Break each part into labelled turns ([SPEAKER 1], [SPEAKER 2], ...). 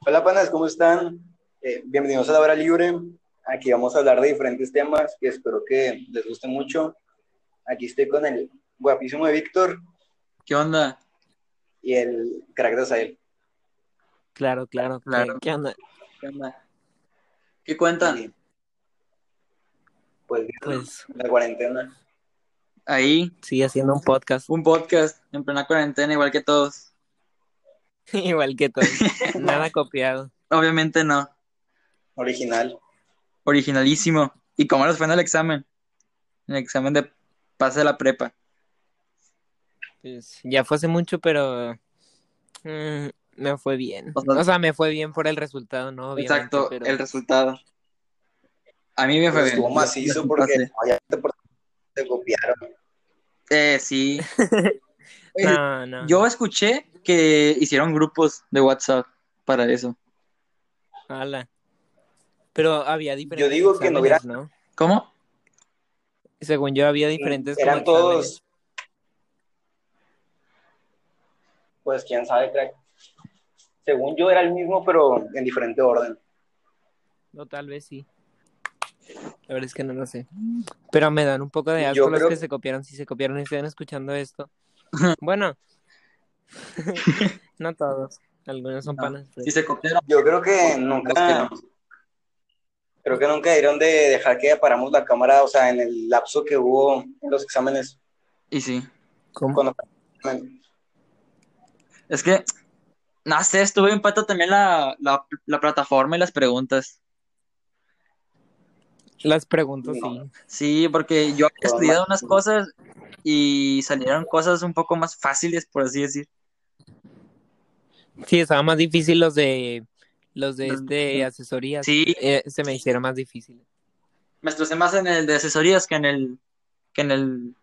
[SPEAKER 1] Hola, panas, ¿cómo están? Eh, bienvenidos a La Hora Libre. Aquí vamos a hablar de diferentes temas que espero que les guste mucho. Aquí estoy con el guapísimo de Víctor
[SPEAKER 2] ¿Qué onda?
[SPEAKER 1] y el crack de Asael.
[SPEAKER 3] Claro, claro, ¿qué-
[SPEAKER 2] Claro.
[SPEAKER 3] ¿Qué, onda?
[SPEAKER 2] ¿Qué onda? ¿Qué cuentan?
[SPEAKER 1] Y, Pues
[SPEAKER 3] Pues
[SPEAKER 1] la cuarentena.
[SPEAKER 2] Ahí,
[SPEAKER 3] sigue haciendo un podcast
[SPEAKER 2] un podcast en plena cuarentena, igual que todos.
[SPEAKER 3] igual que todo. Nada copiado.
[SPEAKER 2] Obviamente no.
[SPEAKER 1] Original.
[SPEAKER 2] Originalísimo. ¿Y cómo les fue en el examen? En el examen de pase de la prepa.
[SPEAKER 3] Pues, ya fue hace mucho, pero mm, me fue bien.
[SPEAKER 2] O sea-
[SPEAKER 3] O sea, me fue bien por el resultado, ¿no? Obviamente,
[SPEAKER 2] Exacto,
[SPEAKER 3] pero-
[SPEAKER 2] el resultado. A mí me fue
[SPEAKER 1] Pues
[SPEAKER 2] bien.
[SPEAKER 1] estuvo macizo porque
[SPEAKER 2] Pasé.
[SPEAKER 1] vaya, te por- te copiaron.
[SPEAKER 2] Eh, sí. Oye,
[SPEAKER 3] No,
[SPEAKER 1] eh,
[SPEAKER 3] no.
[SPEAKER 2] Yo escuché que hicieron grupos de WhatsApp para eso.
[SPEAKER 3] ala. Pero había diferentes.
[SPEAKER 1] Yo digo que no hubiera-
[SPEAKER 3] exámenes, ¿no?
[SPEAKER 2] ¿Cómo?
[SPEAKER 3] Según yo, había diferentes.
[SPEAKER 1] Eran
[SPEAKER 3] como
[SPEAKER 1] todos. Pues quién sabe, crack. Según yo era el mismo, pero en diferente orden.
[SPEAKER 3] exámenes. No, tal vez sí. La verdad es que no lo sé. Pero me dan un poco de
[SPEAKER 1] Yo
[SPEAKER 3] asco los
[SPEAKER 1] creo-
[SPEAKER 3] que se copiaron. Si se copiaron y estén escuchando esto. Bueno, no todos. Algunos son
[SPEAKER 2] No.
[SPEAKER 3] panas. pero-
[SPEAKER 2] Si se copiaron.
[SPEAKER 1] Yo creo que
[SPEAKER 2] los
[SPEAKER 1] nunca.
[SPEAKER 2] queremos.
[SPEAKER 1] Creo que nunca dieron de dejar que paramos la cámara, o sea, en el lapso que hubo en los exámenes.
[SPEAKER 2] Y sí.
[SPEAKER 3] ¿Cómo?
[SPEAKER 1] Cuando...
[SPEAKER 2] Es que, no sé, estuve en pata también la, la, la plataforma y las preguntas.
[SPEAKER 3] Las pregunto,
[SPEAKER 1] No.
[SPEAKER 3] sí.
[SPEAKER 2] Sí, porque yo había
[SPEAKER 1] Todas
[SPEAKER 2] estudiado
[SPEAKER 1] las-
[SPEAKER 2] unas cosas y salieron cosas un poco más fáciles, por así decir.
[SPEAKER 3] Sí, estaba más difícil los de los de
[SPEAKER 2] Los-
[SPEAKER 3] este asesoría.
[SPEAKER 2] Sí.
[SPEAKER 3] Eh, se me hicieron más difíciles.
[SPEAKER 2] Me estresé más en el de asesorías que en el, que en el,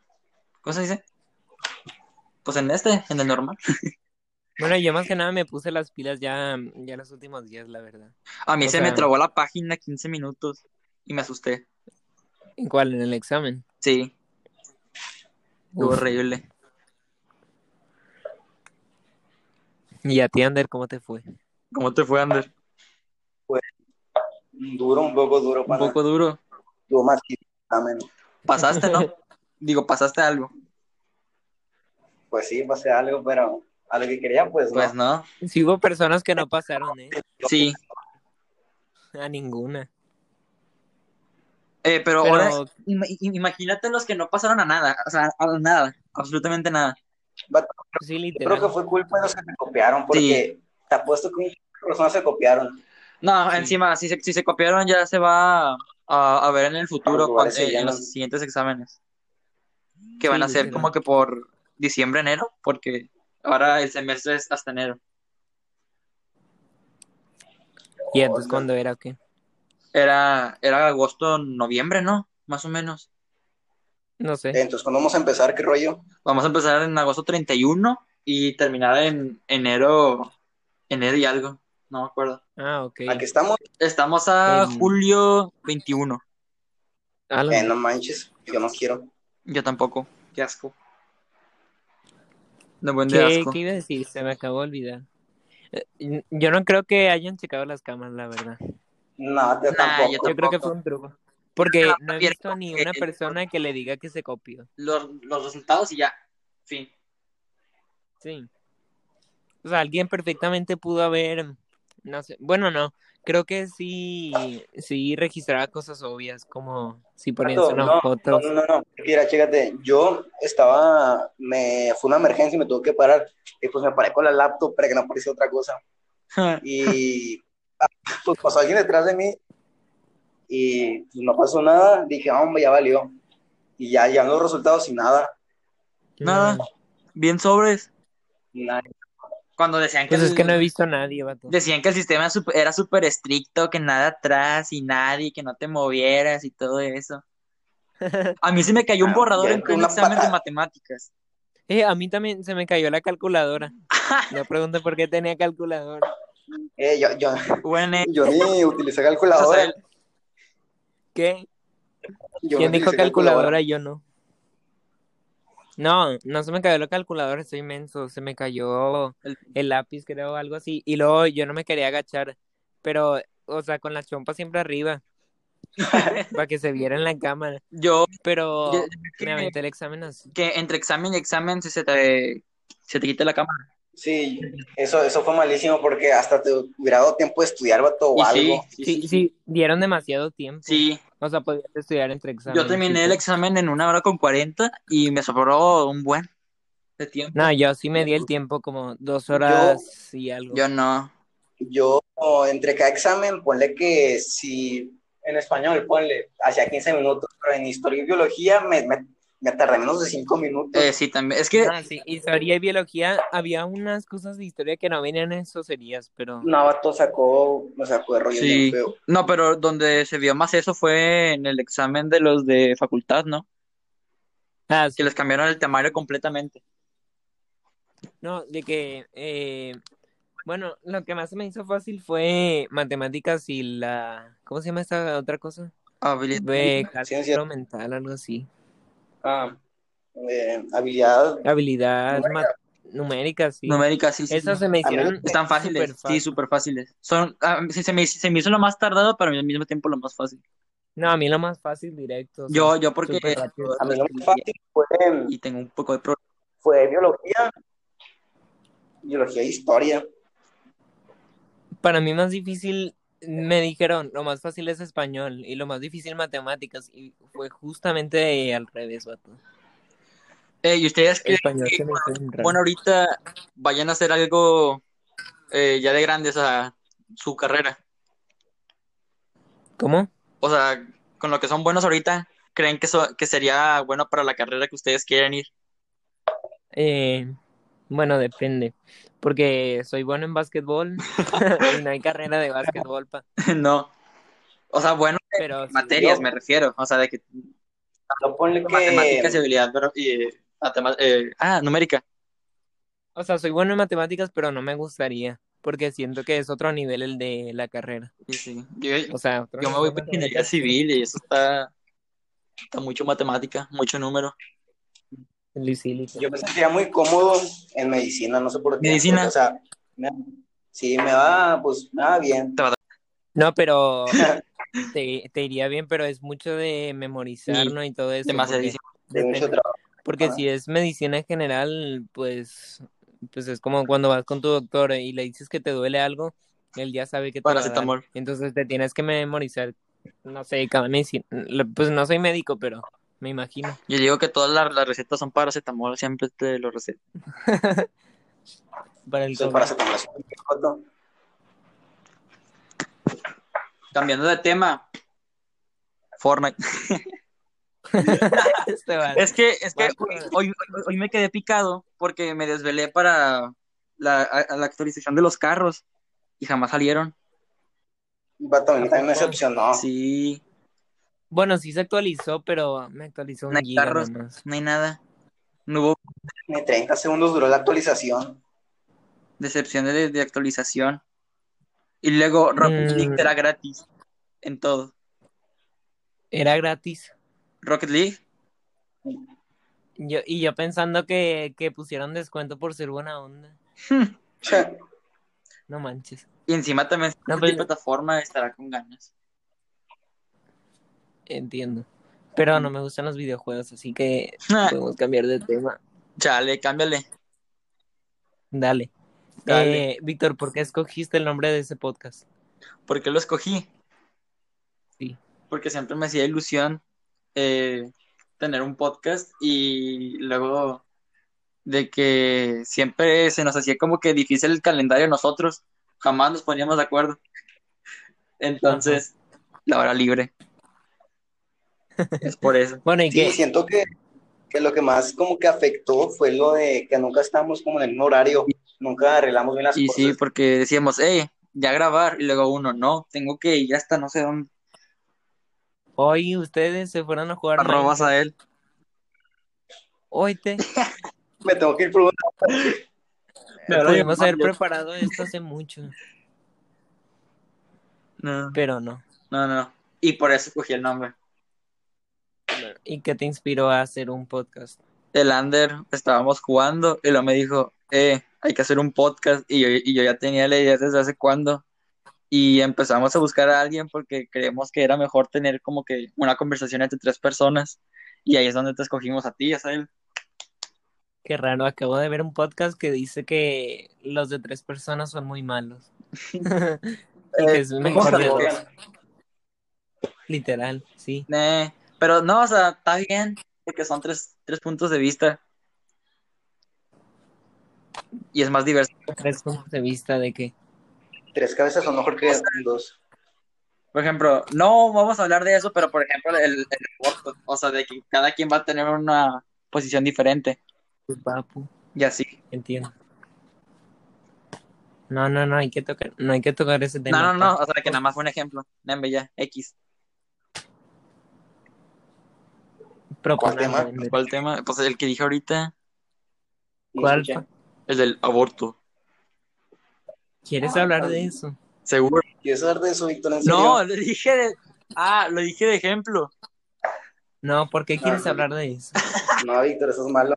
[SPEAKER 2] ¿cómo se dice? Pues en este, en el normal.
[SPEAKER 3] Bueno, yo más que nada me puse las pilas ya, ya los últimos días, la verdad.
[SPEAKER 2] A mí
[SPEAKER 3] O
[SPEAKER 2] se me
[SPEAKER 3] sea-
[SPEAKER 2] trabó la página 15 minutos y me asusté.
[SPEAKER 3] ¿En cuál? En el examen.
[SPEAKER 2] Sí, estuvo
[SPEAKER 3] Uf.
[SPEAKER 2] horrible.
[SPEAKER 3] Y a ti, Ander, ¿cómo te fue?
[SPEAKER 2] ¿Cómo te fue, Ander?
[SPEAKER 1] Duro, un poco duro,
[SPEAKER 2] Un
[SPEAKER 1] para
[SPEAKER 2] poco duro.
[SPEAKER 1] Tuvo más que examen.
[SPEAKER 2] Pasaste, ¿no? Digo, pasaste algo.
[SPEAKER 1] Pues sí, pasé algo, pero a lo que quería, pues no.
[SPEAKER 2] Pues no.
[SPEAKER 3] Sí hubo personas que no pasaron, ¿eh?
[SPEAKER 2] Sí.
[SPEAKER 3] A ninguna.
[SPEAKER 2] Eh, pero,
[SPEAKER 3] Pero-
[SPEAKER 2] ahora, im- im- imagínate los que no pasaron a nada, o sea, a nada, absolutamente nada.
[SPEAKER 1] Vato,
[SPEAKER 3] Sí,
[SPEAKER 1] yo creo que
[SPEAKER 3] literal.
[SPEAKER 1] fue culpa de los que se copiaron, porque te apuesto que muchas personas se copiaron.
[SPEAKER 2] No,
[SPEAKER 3] Sí.
[SPEAKER 2] encima, si se, si se copiaron ya se va a, a ver en el futuro,
[SPEAKER 1] Los lugares se
[SPEAKER 2] cuan- eh, en
[SPEAKER 1] llenan.
[SPEAKER 2] los siguientes exámenes, que
[SPEAKER 3] Sí,
[SPEAKER 2] van a ser
[SPEAKER 3] literal.
[SPEAKER 2] como que por diciembre, enero, porque ahora el semestre es hasta enero.
[SPEAKER 3] ¿Y entonces cuándo era o qué?
[SPEAKER 2] Era, era agosto, noviembre, ¿no? Más o menos.
[SPEAKER 3] No sé.
[SPEAKER 1] Entonces, cuando vamos a empezar? ¿Qué rollo?
[SPEAKER 2] Vamos a empezar en agosto 31 y terminar en enero, enero y algo, no me acuerdo.
[SPEAKER 3] Ah, ok.
[SPEAKER 1] Aquí estamos.
[SPEAKER 2] Estamos a
[SPEAKER 3] En-
[SPEAKER 2] julio 21.
[SPEAKER 3] Ah, la-
[SPEAKER 1] Eh, no manches, yo no quiero.
[SPEAKER 2] Yo tampoco. Qué asco. De buen de
[SPEAKER 3] ¿Qué,
[SPEAKER 2] asco.
[SPEAKER 3] qué iba a decir? Se me acabó de olvidar. Eh, n- Yo no creo que hayan checado las cámaras, la verdad.
[SPEAKER 1] No, yo
[SPEAKER 2] Nah,
[SPEAKER 1] tampoco.
[SPEAKER 2] yo
[SPEAKER 3] Yo creo
[SPEAKER 2] Tampoco.
[SPEAKER 3] que fue un truco. Porque
[SPEAKER 2] No,
[SPEAKER 3] no he
[SPEAKER 2] prefiero
[SPEAKER 3] visto a ni
[SPEAKER 2] que-
[SPEAKER 3] una persona que le diga que se copió.
[SPEAKER 2] Los, los resultados y ya. Fin.
[SPEAKER 3] Sí. O sea, alguien perfectamente pudo haber, no sé, bueno, no, creo que sí, sí registraba cosas obvias, como si ponías
[SPEAKER 1] Vato,
[SPEAKER 3] una
[SPEAKER 1] no,
[SPEAKER 3] foto.
[SPEAKER 1] No, no, no, no. Mira, chécate, yo estaba, me fue una emergencia y me tuve que parar. Y pues me paré con la laptop para que no apareciera otra cosa. Y ah, pues pasó alguien detrás de mí y pues, no pasó nada. Dije, "Ah, hombre, ya valió. Y ya llegan los resultados y nada.
[SPEAKER 2] Nada.
[SPEAKER 3] Mm.
[SPEAKER 2] Bien sobres.
[SPEAKER 1] nada.
[SPEAKER 2] Cuando decían que,
[SPEAKER 3] Pues es
[SPEAKER 2] el-
[SPEAKER 3] que no he visto a nadie, vato.
[SPEAKER 2] decían que el sistema sup- era súper estricto, que nada atrás y nadie, que no te movieras y todo eso. A mí se me cayó un
[SPEAKER 1] Ah,
[SPEAKER 2] borrador
[SPEAKER 1] ya,
[SPEAKER 2] en pleno
[SPEAKER 1] una
[SPEAKER 2] examen de
[SPEAKER 1] patada.
[SPEAKER 2] matemáticas.
[SPEAKER 3] Eh, a mí también se me cayó la calculadora. No pregunto por qué tenía calculadora.
[SPEAKER 1] Eh, yo, yo,
[SPEAKER 2] Bueno, eh,
[SPEAKER 1] yo ni utilicé calculadora.
[SPEAKER 2] Azael,
[SPEAKER 3] ¿Qué?
[SPEAKER 1] Yo
[SPEAKER 3] ¿Quién
[SPEAKER 1] no
[SPEAKER 3] dijo
[SPEAKER 1] utilicé
[SPEAKER 3] calculadora? Yo no. No, no se me cayó la calculadora, estoy inmenso. Se me cayó el lápiz, creo, algo así. Y luego yo no me quería agachar, pero, o sea, con la chompa siempre arriba. para que se viera en la cámara.
[SPEAKER 2] Yo,
[SPEAKER 3] Pero
[SPEAKER 2] Yo-
[SPEAKER 3] me aventé el examen así.
[SPEAKER 2] que entre examen y examen, si se te, se te quita la cámara.
[SPEAKER 1] Sí, eso, eso fue malísimo porque hasta te hubiera dado tiempo de estudiar vato, o
[SPEAKER 2] Y sí,
[SPEAKER 1] algo.
[SPEAKER 2] sí,
[SPEAKER 3] Sí,
[SPEAKER 2] sí.
[SPEAKER 3] sí, dieron demasiado tiempo.
[SPEAKER 2] Sí,
[SPEAKER 3] O sea, podías estudiar entre exámenes.
[SPEAKER 2] yo terminé el
[SPEAKER 3] tipo.
[SPEAKER 2] examen en una hora con 40 y me sobró un buen de tiempo.
[SPEAKER 3] No, yo sí me di el tiempo como dos horas y algo.
[SPEAKER 2] Yo no.
[SPEAKER 1] Yo, entre cada examen, ponle que si en español, ponle hacia 15 minutos, pero en historia y biología me, me, me tardé menos de 5 minutos.
[SPEAKER 2] Eh, sí, también. Es que
[SPEAKER 3] Ah, sí, historia y biología, había unas cosas de historia que no venían en socerías, pero...
[SPEAKER 1] No, vato sacó, me sacó de rollo
[SPEAKER 2] Sí.
[SPEAKER 1] bien feo.
[SPEAKER 2] No, pero donde se vio más eso fue en el examen de los de facultad, ¿no?
[SPEAKER 3] Ah, sí,
[SPEAKER 2] Que les cambiaron el temario completamente.
[SPEAKER 3] no, de que... eh, Bueno, lo que más se me hizo fácil fue matemáticas y la... ¿Cómo se llama esta otra cosa?
[SPEAKER 2] Habilidad.
[SPEAKER 3] De
[SPEAKER 1] Ciencia.
[SPEAKER 3] cálculo mental, algo así.
[SPEAKER 1] Ah, eh, habilidad.
[SPEAKER 3] Habilidad ma- numérica, ah, sí.
[SPEAKER 2] Numérica, sí, sí.
[SPEAKER 3] Esas
[SPEAKER 2] sí.
[SPEAKER 3] se me
[SPEAKER 1] A mí-
[SPEAKER 3] hicieron
[SPEAKER 2] Están fáciles,
[SPEAKER 3] súper
[SPEAKER 2] sí,
[SPEAKER 3] fácil.
[SPEAKER 2] súper fáciles. Son, ah, sí, se, me, se me hizo lo más tardado, pero al mismo tiempo lo más fácil.
[SPEAKER 3] No, a mí lo más fácil directo. o sea,
[SPEAKER 2] Yo, yo porque
[SPEAKER 3] súper rápido.
[SPEAKER 1] A mí lo más fácil fue,
[SPEAKER 2] y tengo un poco de problema.
[SPEAKER 1] fue biología, biología e historia.
[SPEAKER 3] Para mí más difícil, me dijeron, lo más fácil es español y lo más difícil matemáticas. Y fue justamente al revés, vato.
[SPEAKER 2] Eh, ¿y ustedes creen
[SPEAKER 3] Español
[SPEAKER 2] que,
[SPEAKER 3] se me hizo bien raro.
[SPEAKER 2] bueno, ahorita vayan a hacer algo eh, ya de grandes a su carrera?
[SPEAKER 3] ¿Cómo?
[SPEAKER 2] O sea, con lo que son buenos ahorita, ¿creen que, eso, que sería bueno para la carrera que ustedes quieren ir?
[SPEAKER 3] Eh, bueno, depende. Porque soy bueno en básquetbol y no hay carrera de básquetbol, pa.
[SPEAKER 2] No. O sea, bueno,
[SPEAKER 3] Pero sí,
[SPEAKER 2] materias
[SPEAKER 1] yo-
[SPEAKER 2] me refiero. O sea, de que
[SPEAKER 1] No ponle que.
[SPEAKER 2] matemáticas y habilidad, pero y, eh, matema- eh, ah, numérica.
[SPEAKER 3] o sea, soy bueno en matemáticas, pero no me gustaría. Porque siento que es otro nivel el de la carrera.
[SPEAKER 2] Sí, sí. Yo,
[SPEAKER 3] O sea, otro
[SPEAKER 2] yo me voy
[SPEAKER 3] nivel
[SPEAKER 2] por
[SPEAKER 3] matemáticas.
[SPEAKER 2] ingeniería civil y eso está, está mucho matemática, mucho número.
[SPEAKER 3] Lisílico.
[SPEAKER 1] Yo me sentía muy cómodo en medicina, no sé por qué.
[SPEAKER 2] ¿Medicina?
[SPEAKER 1] O sea, me- sí, me va, pues, nada bien.
[SPEAKER 3] No, pero te, te iría bien, pero es mucho de memorizar,
[SPEAKER 2] Sí,
[SPEAKER 3] ¿no? Y todo eso.
[SPEAKER 2] Demasiadísimo.
[SPEAKER 1] De
[SPEAKER 3] porque-
[SPEAKER 1] mucho trabajo.
[SPEAKER 3] Porque
[SPEAKER 1] Ajá.
[SPEAKER 3] si es medicina en general, pues, pues es como cuando vas con tu doctor y le dices que te duele algo, él ya sabe que te va a dar.
[SPEAKER 2] Paracetamol.
[SPEAKER 3] Entonces te tienes que memorizar, no sé, cada medicina. Pues no soy médico, pero me imagino.
[SPEAKER 2] Yo digo que todas las, las recetas son paracetamol, siempre te lo recetan.
[SPEAKER 3] Para el
[SPEAKER 1] Eso es pues,
[SPEAKER 3] COVID.
[SPEAKER 1] para hacer como las- ¿no?
[SPEAKER 2] Cambiando de tema. Fortnite.
[SPEAKER 3] Este va.
[SPEAKER 2] Es que, es que
[SPEAKER 3] Vato.
[SPEAKER 2] hoy, hoy, hoy me quedé picado porque me desvelé para la, a- la actualización de los carros y jamás salieron.
[SPEAKER 1] Vato, a mí también me
[SPEAKER 2] Ah.
[SPEAKER 1] decepcionó.
[SPEAKER 2] Sí,
[SPEAKER 3] Bueno, sí se actualizó, pero me actualizó un
[SPEAKER 2] No hay
[SPEAKER 3] giga
[SPEAKER 2] carros.
[SPEAKER 3] nomás.
[SPEAKER 2] no hay nada. No hubo
[SPEAKER 1] Ni 30 segundos duró la actualización.
[SPEAKER 2] decepción de, de actualización. Y luego Rocket
[SPEAKER 3] Mm.
[SPEAKER 2] League era gratis en todo.
[SPEAKER 3] Era gratis.
[SPEAKER 2] Rocket League,
[SPEAKER 3] Yo, y yo pensando que, que pusieron descuento por ser buena onda. No manches.
[SPEAKER 2] y encima también es
[SPEAKER 3] No, pues, pero-
[SPEAKER 2] plataforma estará con ganas.
[SPEAKER 3] Entiendo. Pero no me gustan los videojuegos, así que
[SPEAKER 2] Ah.
[SPEAKER 3] podemos cambiar de tema.
[SPEAKER 2] Chale, cámbiale.
[SPEAKER 3] Dale.
[SPEAKER 2] Dale.
[SPEAKER 3] Eh, Víctor, ¿por qué escogiste el nombre de ese podcast?
[SPEAKER 2] ¿Por qué lo escogí?
[SPEAKER 3] Sí.
[SPEAKER 2] Porque siempre me hacía ilusión eh, tener un podcast y luego de que siempre se nos hacía como que difícil el calendario a nosotros, jamás nos poníamos de acuerdo. Entonces, la hora libre. Es por eso.
[SPEAKER 3] Bueno, y
[SPEAKER 1] Sí,
[SPEAKER 3] que
[SPEAKER 1] siento que, que lo que más como que afectó fue lo de que nunca estábamos como en el mismo horario. Nunca arreglamos bien las
[SPEAKER 2] Y
[SPEAKER 1] cosas.
[SPEAKER 2] sí, porque decíamos, hey, ya grabar, y luego uno, no, tengo que ir hasta no sé dónde.
[SPEAKER 3] hoy ustedes se fueron a jugar.
[SPEAKER 2] Arrobas a él.
[SPEAKER 3] Hoy te
[SPEAKER 1] Me tengo que ir por una-
[SPEAKER 2] verdad,
[SPEAKER 3] pudimos
[SPEAKER 2] yo-
[SPEAKER 3] haber
[SPEAKER 2] yo-
[SPEAKER 3] preparado esto hace mucho,
[SPEAKER 2] No, no,
[SPEAKER 3] pero no.
[SPEAKER 2] no, no. Y por eso cogí el nombre.
[SPEAKER 3] ¿Y qué te inspiró a hacer un podcast?
[SPEAKER 2] el Ander, estábamos jugando y luego me dijo, eh, hay que hacer un podcast y yo, y yo ya tenía la idea desde hace cuándo y empezamos a buscar a alguien porque creemos que era mejor tener como que una conversación entre tres personas y ahí es donde te escogimos a ti, a él.
[SPEAKER 3] Qué raro, acabo de ver un podcast que dice que los de tres personas son muy malos. y
[SPEAKER 2] eh,
[SPEAKER 3] que es mejor de dos. Literal, sí.
[SPEAKER 2] Eh, pero no, o sea, está bien porque son tres, tres puntos de vista. Y es más diverso.
[SPEAKER 3] Tres puntos de vista de que
[SPEAKER 1] tres cabezas son mejor que dos.
[SPEAKER 2] Por ejemplo, no vamos a hablar de eso, pero por ejemplo, el, el aborto, o sea, de que cada quien va a tener una posición diferente.
[SPEAKER 3] pues, Papu.
[SPEAKER 2] Y así.
[SPEAKER 3] Entiendo. No, no, no, hay que tocar, no hay que tocar ese tema.
[SPEAKER 2] No, no, no, o sea, que nada más fue un ejemplo. Nembe ya, X.
[SPEAKER 1] ¿Cuál tema?
[SPEAKER 2] ¿Cuál tema? Pues el que dije ahorita,
[SPEAKER 3] ¿Cuál?
[SPEAKER 1] Escucha,
[SPEAKER 2] el del aborto.
[SPEAKER 3] ¿Quieres hablar de eso?
[SPEAKER 2] Seguro.
[SPEAKER 1] ¿Quieres hablar de eso, Víctor? ¿En serio?
[SPEAKER 2] No, lo dije de... Ah, lo dije de ejemplo.
[SPEAKER 3] No, ¿por qué quieres
[SPEAKER 1] no.
[SPEAKER 3] hablar de eso?
[SPEAKER 1] No, Víctor, eso es malo.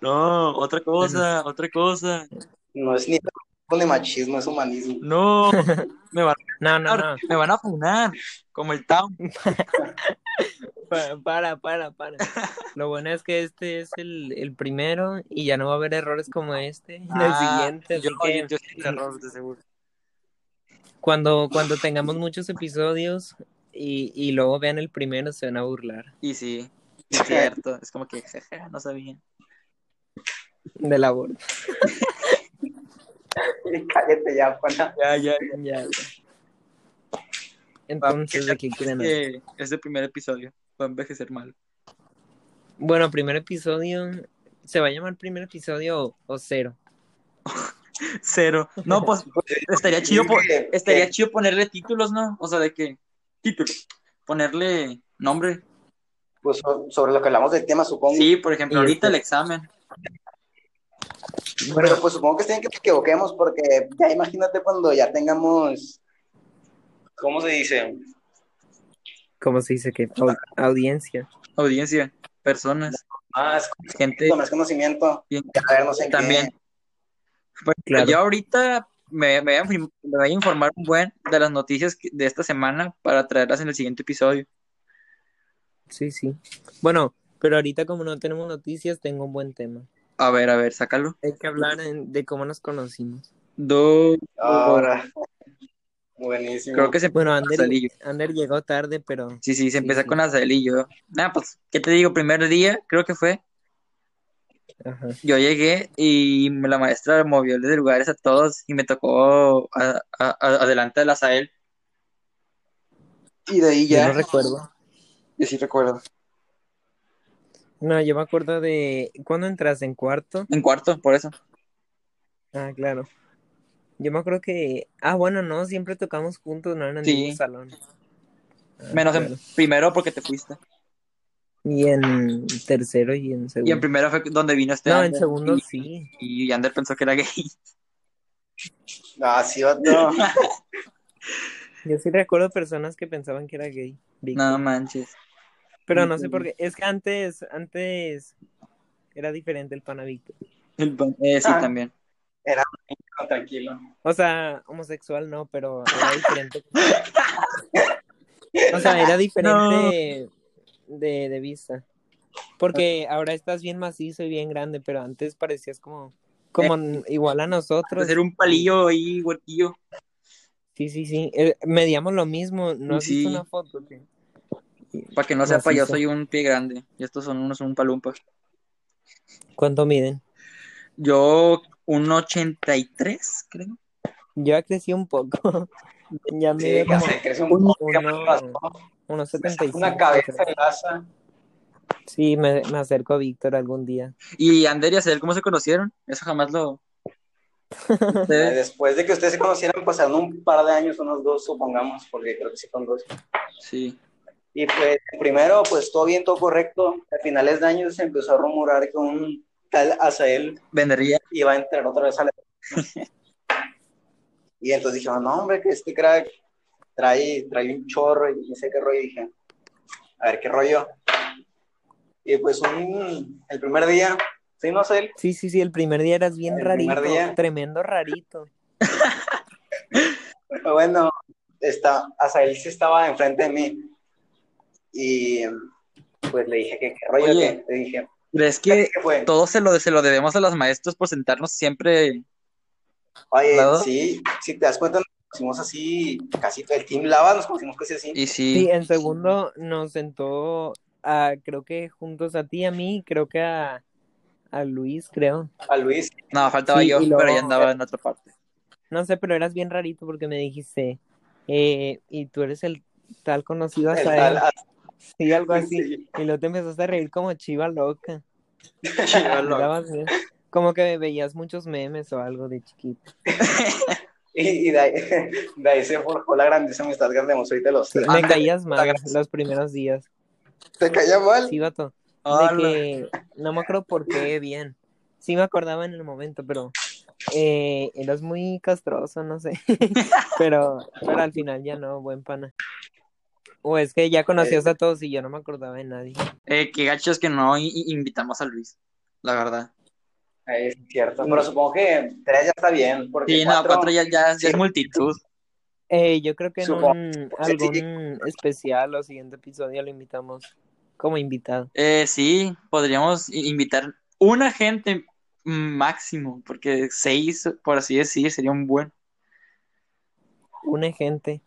[SPEAKER 2] No, otra cosa, otra cosa.
[SPEAKER 1] No es ni con de machismo, es humanismo.
[SPEAKER 2] No, me van
[SPEAKER 3] No,
[SPEAKER 2] a
[SPEAKER 3] no, no.
[SPEAKER 2] funar, me van a funar, como el town.
[SPEAKER 3] Pa- Para, para, para. Lo bueno es que este es el, el primero y ya no va a haber errores como este en
[SPEAKER 2] Ah,
[SPEAKER 3] el siguiente. así
[SPEAKER 2] Yo,
[SPEAKER 3] que
[SPEAKER 2] yo, yo sí, error, de seguro.
[SPEAKER 3] cuando, cuando tengamos muchos episodios y, y luego vean el primero, se van a burlar
[SPEAKER 2] Y sí, es cierto. Es como que, jeje, no sabía.
[SPEAKER 3] del aborto.
[SPEAKER 1] Cállate ya, pana.
[SPEAKER 2] Ya, ya,
[SPEAKER 3] Ya, ya. Entonces, ¿de qué quieren hablar?
[SPEAKER 2] Este, este primer episodio va a envejecer mal.
[SPEAKER 3] Bueno, primer episodio. ¿Se va a llamar primer episodio o, o cero?
[SPEAKER 2] Cero. No, pues estaría chido, po-
[SPEAKER 1] Que-
[SPEAKER 2] estaría
[SPEAKER 1] que-
[SPEAKER 2] chido ponerle títulos, ¿no? O sea, de que título, ponerle nombre.
[SPEAKER 1] Pues so- sobre lo que hablamos del tema, supongo.
[SPEAKER 2] Sí, por ejemplo,
[SPEAKER 3] Y
[SPEAKER 2] ahorita
[SPEAKER 3] este-
[SPEAKER 2] el examen.
[SPEAKER 1] Pero pues supongo que tienen que nos equivoquemos porque ya imagínate cuando ya tengamos. ¿Cómo se dice?
[SPEAKER 3] ¿Cómo se dice que? Au- audiencia.
[SPEAKER 2] Audiencia, personas,
[SPEAKER 1] Más,
[SPEAKER 2] gente.
[SPEAKER 1] más conocimiento.
[SPEAKER 2] Bien.
[SPEAKER 1] A ver, no sé en qué-
[SPEAKER 2] También. Por ejemplo,
[SPEAKER 3] Claro.
[SPEAKER 2] Yo ahorita me, me voy a, info- me voy a informar un buen de las noticias que- de esta semana para traerlas en el siguiente episodio.
[SPEAKER 3] Sí, sí. Bueno, pero ahorita como no tenemos noticias, tengo un buen tema.
[SPEAKER 2] A ver, a ver, sácalo.
[SPEAKER 3] Hay que hablar en- de cómo nos conocimos.
[SPEAKER 2] Dos.
[SPEAKER 1] Ahora. Buenísimo.
[SPEAKER 2] Creo que se
[SPEAKER 3] Bueno,
[SPEAKER 2] empieza con
[SPEAKER 3] Ander,
[SPEAKER 2] Azael y yo.
[SPEAKER 3] Ander llegó tarde, pero
[SPEAKER 2] Sí, sí, se
[SPEAKER 3] Sí,
[SPEAKER 2] empieza
[SPEAKER 3] sí.
[SPEAKER 2] con Azael y yo. Nada, pues, ¿qué te digo? Primer día, creo que fue.
[SPEAKER 3] ajá,
[SPEAKER 2] Yo llegué y la maestra movió de lugares a todos y me tocó a- a- a- adelante de la Azael. Y de ahí
[SPEAKER 3] yo
[SPEAKER 2] ya.
[SPEAKER 3] no recuerdo.
[SPEAKER 2] Yo sí recuerdo.
[SPEAKER 3] No, yo me acuerdo de cuando entras en cuarto.
[SPEAKER 2] En cuarto, por eso.
[SPEAKER 3] Ah, claro. Yo me acuerdo que, ah, bueno, no, siempre tocamos juntos, no en el
[SPEAKER 2] Sí.
[SPEAKER 3] mismo salón. Ah,
[SPEAKER 2] Menos
[SPEAKER 3] claro.
[SPEAKER 2] en primero porque te fuiste.
[SPEAKER 3] Y en tercero y en segundo.
[SPEAKER 2] Y en primero fue donde vino este.
[SPEAKER 3] No, en
[SPEAKER 2] Ander.
[SPEAKER 3] segundo
[SPEAKER 2] Y-
[SPEAKER 3] sí.
[SPEAKER 2] Y Ander pensó que era gay.
[SPEAKER 1] Ah, sí, vato.
[SPEAKER 3] Yo sí recuerdo personas que pensaban que era gay. Big
[SPEAKER 2] No
[SPEAKER 3] gay.
[SPEAKER 2] manches.
[SPEAKER 3] Pero no
[SPEAKER 1] pues,
[SPEAKER 3] sé por qué. Es que antes, antes era diferente el panavito.
[SPEAKER 2] El pan- eh, sí,
[SPEAKER 1] Ah.
[SPEAKER 2] también.
[SPEAKER 1] No, tranquilo.
[SPEAKER 3] O sea, homosexual no, pero era diferente. O sea, era diferente de, de vista. Porque ahora estás bien macizo y bien grande, pero antes parecías como, como
[SPEAKER 1] Eh.
[SPEAKER 3] igual a nosotros.
[SPEAKER 2] Hacer un palillo ahí, huequillo.
[SPEAKER 3] Sí, sí, sí. Eh, medíamos lo mismo. ¿No has
[SPEAKER 2] Sí.
[SPEAKER 3] visto una foto? tío?
[SPEAKER 2] Para que no sepa, yo
[SPEAKER 3] Macizo.
[SPEAKER 2] soy un pie grande. Y estos son unos un palumpa.
[SPEAKER 3] ¿Cuánto miden?
[SPEAKER 2] Yo, un 83, creo.
[SPEAKER 3] Yo ya crecí un poco. ya
[SPEAKER 1] Sí,
[SPEAKER 3] mido
[SPEAKER 1] ya
[SPEAKER 3] como
[SPEAKER 1] sé, crece un
[SPEAKER 3] uno,
[SPEAKER 1] poco. ya me pasó. Me sacó
[SPEAKER 3] unos 75.
[SPEAKER 1] Una cabeza
[SPEAKER 3] creo.
[SPEAKER 1] en grasa.
[SPEAKER 3] Sí, me, me acerco a Víctor algún día.
[SPEAKER 2] Y Ander y Acel, ¿cómo se conocieron? Eso jamás lo.
[SPEAKER 1] Eh,
[SPEAKER 2] Ustedes-
[SPEAKER 1] Después de que ustedes se conocieran, pasaron un par de años, unos dos, supongamos, porque creo que sí son dos.
[SPEAKER 2] Sí.
[SPEAKER 1] Y pues, primero, pues todo bien, todo correcto. A finales de año se empezó a rumorar que un tal Azael
[SPEAKER 2] Vendería.
[SPEAKER 1] iba a entrar otra vez a la. y entonces dijeron, no, hombre, que este crack trae, trae un chorro y no sé qué rollo. Y dije, a ver qué rollo. Y pues un, el primer día, ¿sí, no sé?
[SPEAKER 3] Sí, sí, sí, el primer día eras bien
[SPEAKER 1] El primer
[SPEAKER 3] rarito,
[SPEAKER 1] día.
[SPEAKER 3] tremendo rarito.
[SPEAKER 1] Bueno, está, hasta él sí estaba enfrente de mí. Y pues le dije que qué rollo,
[SPEAKER 2] Oye.
[SPEAKER 1] que le dije,
[SPEAKER 2] ¿Crees que
[SPEAKER 1] ¿qué fue?
[SPEAKER 2] todo se lo, se lo debemos a los maestros por sentarnos siempre?
[SPEAKER 1] Oye,
[SPEAKER 2] ¿Lado?
[SPEAKER 1] sí, si te das cuenta, nos pusimos así, casi el team Lava, nos pusimos casi así.
[SPEAKER 2] Y sí,
[SPEAKER 3] Sí, en segundo nos sentó, a, creo que juntos a ti, a mí, creo que a, a Luis, creo.
[SPEAKER 1] A Luis,
[SPEAKER 2] no, faltaba
[SPEAKER 3] Sí,
[SPEAKER 2] yo,
[SPEAKER 3] y luego-
[SPEAKER 2] pero ya andaba en otra parte.
[SPEAKER 3] No sé, pero eras bien rarito porque me dijiste, eh, y tú eres el tal conocido
[SPEAKER 1] el
[SPEAKER 3] hasta
[SPEAKER 1] tal,
[SPEAKER 3] él.
[SPEAKER 1] a-
[SPEAKER 3] Sí, algo así.
[SPEAKER 1] sí,
[SPEAKER 3] Y luego te empezaste a reír como chiva loca.
[SPEAKER 2] Chiva
[SPEAKER 3] Me
[SPEAKER 2] loca.
[SPEAKER 3] dabas bien. Como que veías muchos memes o algo de chiquito.
[SPEAKER 1] Y, y de, ahí, de ahí se forjó la grandísima amistad que tenemos ahorita los tres.
[SPEAKER 3] Me
[SPEAKER 2] Ándale,
[SPEAKER 3] caías mal
[SPEAKER 2] gracias.
[SPEAKER 3] los primeros días.
[SPEAKER 1] ¿Te caía mal?
[SPEAKER 3] Sí, vato.
[SPEAKER 2] Hola.
[SPEAKER 3] De que no me acuerdo por qué bien. Sí me acordaba en el momento, pero eh, eras muy castroso, no sé. pero, pero al final ya no, buen pana. O es que ya conocías a todos y yo no me acordaba de nadie.
[SPEAKER 2] Eh, qué gachos que no i- i- invitamos a Luis, la verdad.
[SPEAKER 1] Es cierto, pero supongo que tres ya está bien, porque
[SPEAKER 2] Sí, no,
[SPEAKER 1] cuatro,
[SPEAKER 2] cuatro ya, ya, ya es multitud.
[SPEAKER 3] Eh, yo creo que en
[SPEAKER 1] Supongo.
[SPEAKER 3] un, algún especial o siguiente episodio lo invitamos como invitado.
[SPEAKER 2] Eh, sí, podríamos i- invitar una gente máximo, porque seis, por así decir, sería un buen
[SPEAKER 3] Un agente,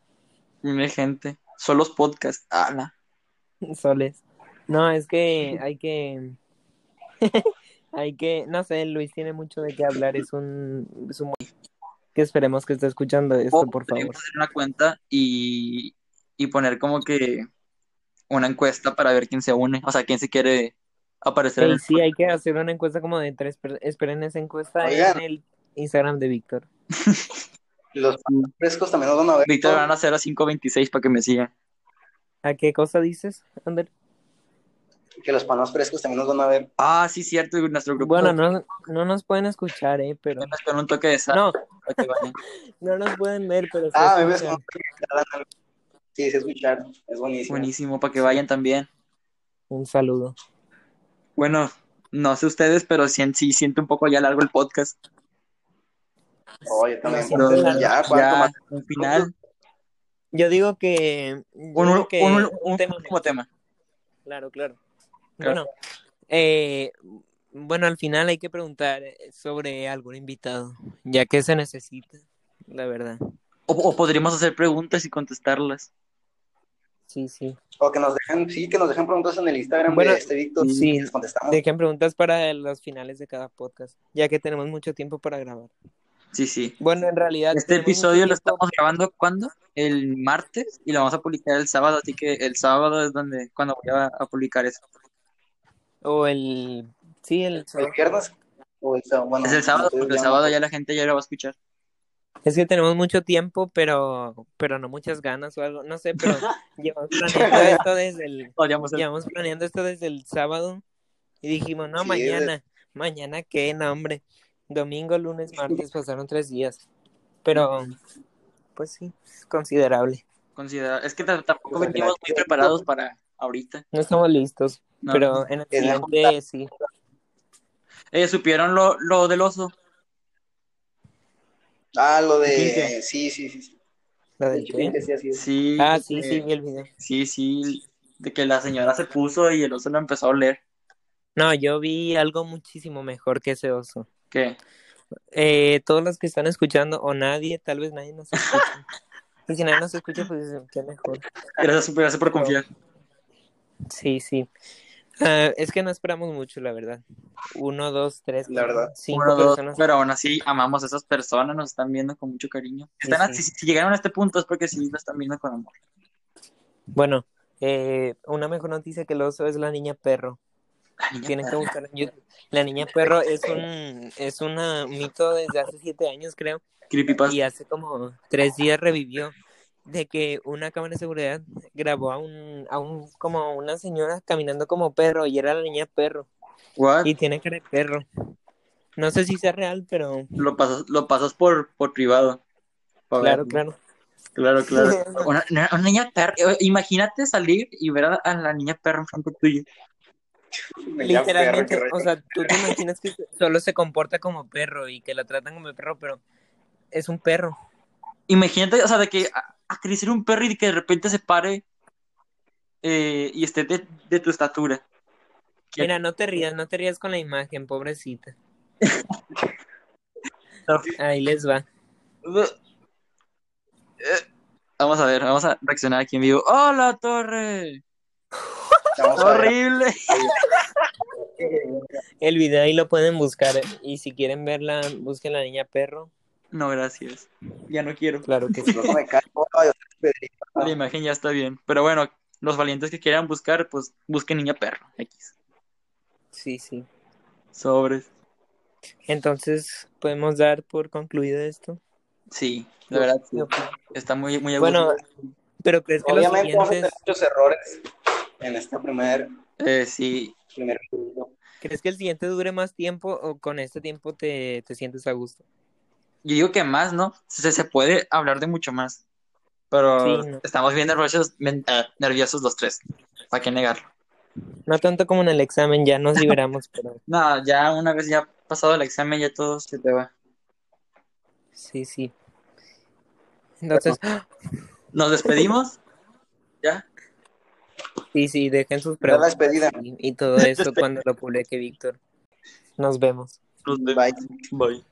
[SPEAKER 2] una gente. Solo los podcasts. Ah, ala.
[SPEAKER 3] soles. No, es que hay que... hay que... No sé, Luis tiene mucho de qué hablar. Es un... Es un... Que esperemos que esté escuchando esto, Este, por favor.
[SPEAKER 2] Podríamos hacer una cuenta y, y poner como que una encuesta para ver quién se une, o sea, quién se quiere aparecer. en
[SPEAKER 3] Ey,
[SPEAKER 2] el-
[SPEAKER 3] sí, hay que hacer una encuesta como de tres... per- Esperen esa encuesta
[SPEAKER 1] Oigan.
[SPEAKER 3] en el Instagram de Víctor.
[SPEAKER 1] los frescos también nos van a ver.
[SPEAKER 2] Víctor van a 0526 para que me sigan.
[SPEAKER 3] ¿A qué cosa dices, Ander?
[SPEAKER 1] Que los panos frescos también nos van a ver.
[SPEAKER 2] Ah, sí, cierto, y nuestro grupo
[SPEAKER 3] Bueno, no, no nos pueden escuchar, ¿eh? Pero...
[SPEAKER 2] con un toque de sal.
[SPEAKER 3] No,
[SPEAKER 2] para que vayan.
[SPEAKER 3] no nos pueden ver, pero... se
[SPEAKER 1] Ah, me ves
[SPEAKER 3] escuchan.
[SPEAKER 1] como- Sí, se escucharon, es buenísimo.
[SPEAKER 2] Buenísimo, para que vayan también.
[SPEAKER 3] Un saludo.
[SPEAKER 2] Bueno, no sé ustedes, pero sí, sí siento un poco ya largo el podcast.
[SPEAKER 1] Oye, también,
[SPEAKER 3] Lo siento,
[SPEAKER 1] pues, ya, ¿cuánto
[SPEAKER 2] Ya,
[SPEAKER 1] más?
[SPEAKER 2] un final.
[SPEAKER 3] Yo digo que.
[SPEAKER 2] Un,
[SPEAKER 3] digo
[SPEAKER 2] un,
[SPEAKER 3] que
[SPEAKER 2] un-
[SPEAKER 3] un
[SPEAKER 2] un
[SPEAKER 3] tema.
[SPEAKER 2] último tema.
[SPEAKER 3] Claro, claro.
[SPEAKER 2] Claro.
[SPEAKER 3] Bueno, eh, bueno, al final hay que preguntar eh, sobre algún invitado, ya que se necesita, la verdad.
[SPEAKER 2] O, o podríamos hacer preguntas y contestarlas.
[SPEAKER 3] Sí, sí.
[SPEAKER 1] O que nos dejen, sí, que nos dejen preguntas en el Instagram
[SPEAKER 3] Bueno,
[SPEAKER 1] de este Víctor.
[SPEAKER 3] sí.
[SPEAKER 1] y les
[SPEAKER 2] Ah.
[SPEAKER 1] contestamos.
[SPEAKER 3] Dejen preguntas para los finales de cada podcast, ya que tenemos mucho tiempo para grabar.
[SPEAKER 2] Sí, sí.
[SPEAKER 3] Bueno, en realidad.
[SPEAKER 2] Este
[SPEAKER 3] tenemos mucho
[SPEAKER 2] episodio lo
[SPEAKER 3] tiempo-
[SPEAKER 2] estamos grabando ¿cuándo? El martes y lo vamos a publicar el sábado, así que el sábado es donde cuando voy a, a publicar eso.
[SPEAKER 3] O el. Sí, el.
[SPEAKER 1] ¿El viernes? O el sábado, bueno,
[SPEAKER 2] Es el sábado,
[SPEAKER 1] ustedes
[SPEAKER 2] porque el
[SPEAKER 1] ya
[SPEAKER 2] sábado
[SPEAKER 1] no-
[SPEAKER 2] ya la gente ya lo va a escuchar.
[SPEAKER 3] Es que tenemos mucho tiempo, pero, pero no muchas ganas o algo. No sé, pero llevamos planeando esto desde el.
[SPEAKER 2] Podríamos hacer-
[SPEAKER 3] Llevamos planeando esto desde el sábado y dijimos, no,
[SPEAKER 1] Sí,
[SPEAKER 3] mañana, mañana qué, no, hombre. Domingo, lunes, martes, pasaron tres días. Pero, pues sí, es considerable.
[SPEAKER 2] considerar. Es que t- tampoco
[SPEAKER 1] Pues, al
[SPEAKER 2] venimos
[SPEAKER 1] final-
[SPEAKER 2] muy preparados para ahorita.
[SPEAKER 3] No estamos listos,
[SPEAKER 2] No.
[SPEAKER 3] pero en el
[SPEAKER 1] Es la
[SPEAKER 3] siguiente sí.
[SPEAKER 2] Eh, ¿Supieron lo, lo del oso?
[SPEAKER 1] Ah, lo de.
[SPEAKER 2] Quince.
[SPEAKER 1] Sí, sí, sí. sí.
[SPEAKER 3] ¿La
[SPEAKER 1] El
[SPEAKER 3] del qué?
[SPEAKER 1] Chupín, que sí, así es.
[SPEAKER 2] Sí.
[SPEAKER 3] Ah, sí,
[SPEAKER 2] eh,
[SPEAKER 3] sí, vi el video.
[SPEAKER 2] Sí, sí, de que la señora se puso y el oso lo empezó a oler.
[SPEAKER 3] No, yo vi algo muchísimo mejor que ese oso.
[SPEAKER 2] ¿Qué?
[SPEAKER 3] Eh, todos los que están escuchando, o nadie, tal vez nadie nos escucha. Y si nadie nos escucha, pues qué mejor.
[SPEAKER 2] Gracias, gracias por confiar.
[SPEAKER 3] Sí, sí. Ah, es que no esperamos mucho, la verdad. Uno, dos, tres,
[SPEAKER 1] La verdad.
[SPEAKER 3] cinco
[SPEAKER 2] Uno, dos,
[SPEAKER 3] personas.
[SPEAKER 2] pero aún así amamos a esas personas, nos están viendo con mucho cariño.
[SPEAKER 3] Sí,
[SPEAKER 2] Están a-
[SPEAKER 3] sí.
[SPEAKER 2] Si, si llegaron a este punto es porque sí lo están viendo con amor.
[SPEAKER 3] Bueno, eh, una mejor noticia que el oso es la niña perro.
[SPEAKER 2] La niña
[SPEAKER 3] Tienen que
[SPEAKER 2] perra.
[SPEAKER 3] buscar en YouTube. La niña perro es un es una- un mito desde hace siete años, creo.
[SPEAKER 2] Creepypasta.
[SPEAKER 3] Y hace como tres días revivió de que una cámara de seguridad grabó a un, a un como a una señora caminando como perro y era la niña perro.
[SPEAKER 2] What?
[SPEAKER 3] Y tiene cara de perro. No sé si sea real, pero
[SPEAKER 2] Lo pasas, lo pasas por, por privado. Pa'
[SPEAKER 3] claro,
[SPEAKER 2] verlo.
[SPEAKER 3] claro.
[SPEAKER 2] Claro, claro. Una, una- una niña perra. eh, Imagínate salir y ver a, a la niña perra enfrente tuyo.
[SPEAKER 3] Literalmente, o sea, tú te imaginas que solo se comporta como perro y que lo tratan como perro, pero es un perro.
[SPEAKER 2] Imagínate, o sea, de que acariciar un perro y que de repente se pare eh, y esté de, de tu estatura. ¿Qué?
[SPEAKER 3] Mira, no te rías, no te rías con la imagen, pobrecita. Ahí les va.
[SPEAKER 2] Eh, Vamos a ver, vamos a reaccionar aquí en vivo. ¡Hola, Torre!
[SPEAKER 1] Vamos a ver.
[SPEAKER 2] ¡Horrible!
[SPEAKER 3] El video ahí lo pueden buscar. eh, Y si quieren verla, busquen la niña perro.
[SPEAKER 2] No, gracias. Ya no quiero.
[SPEAKER 3] Claro que sí.
[SPEAKER 1] No me cae. oh, Ay, Pedrito.
[SPEAKER 2] La imagen ya está bien. Pero bueno, los valientes que quieran buscar, pues busquen niña perro. X.
[SPEAKER 3] Sí, sí.
[SPEAKER 2] Sobres.
[SPEAKER 3] Entonces, podemos dar por concluido esto.
[SPEAKER 2] Sí, la verdad, Pues, sí. está muy, muy a gusto.
[SPEAKER 3] Bueno, pero crees que los
[SPEAKER 1] Obviamente vamos a tener
[SPEAKER 3] siguientes,
[SPEAKER 1] muchos errores en este primer,
[SPEAKER 2] Eh, sí,
[SPEAKER 1] primer video.
[SPEAKER 3] crees que el siguiente dure más tiempo o con este tiempo te, te sientes a gusto?
[SPEAKER 2] yo digo que más, ¿no? Se, se puede hablar de mucho más. Pero
[SPEAKER 3] Sí, no.
[SPEAKER 2] estamos bien nerviosos, men- eh, nerviosos los tres. ¿Para qué negarlo?
[SPEAKER 3] No tanto como en el examen, ya nos liberamos, pero
[SPEAKER 2] No, ya una vez ya pasado el examen, ya todo se te va.
[SPEAKER 3] sí, sí. Entonces,
[SPEAKER 2] ¿Nos despedimos? ¿Ya?
[SPEAKER 3] sí, sí, dejen sus
[SPEAKER 1] Da la
[SPEAKER 3] preguntas
[SPEAKER 1] despedida.
[SPEAKER 3] y, y todo esto cuando lo publique Víctor. Nos vemos.
[SPEAKER 2] Nos
[SPEAKER 1] Bye.
[SPEAKER 2] Bye.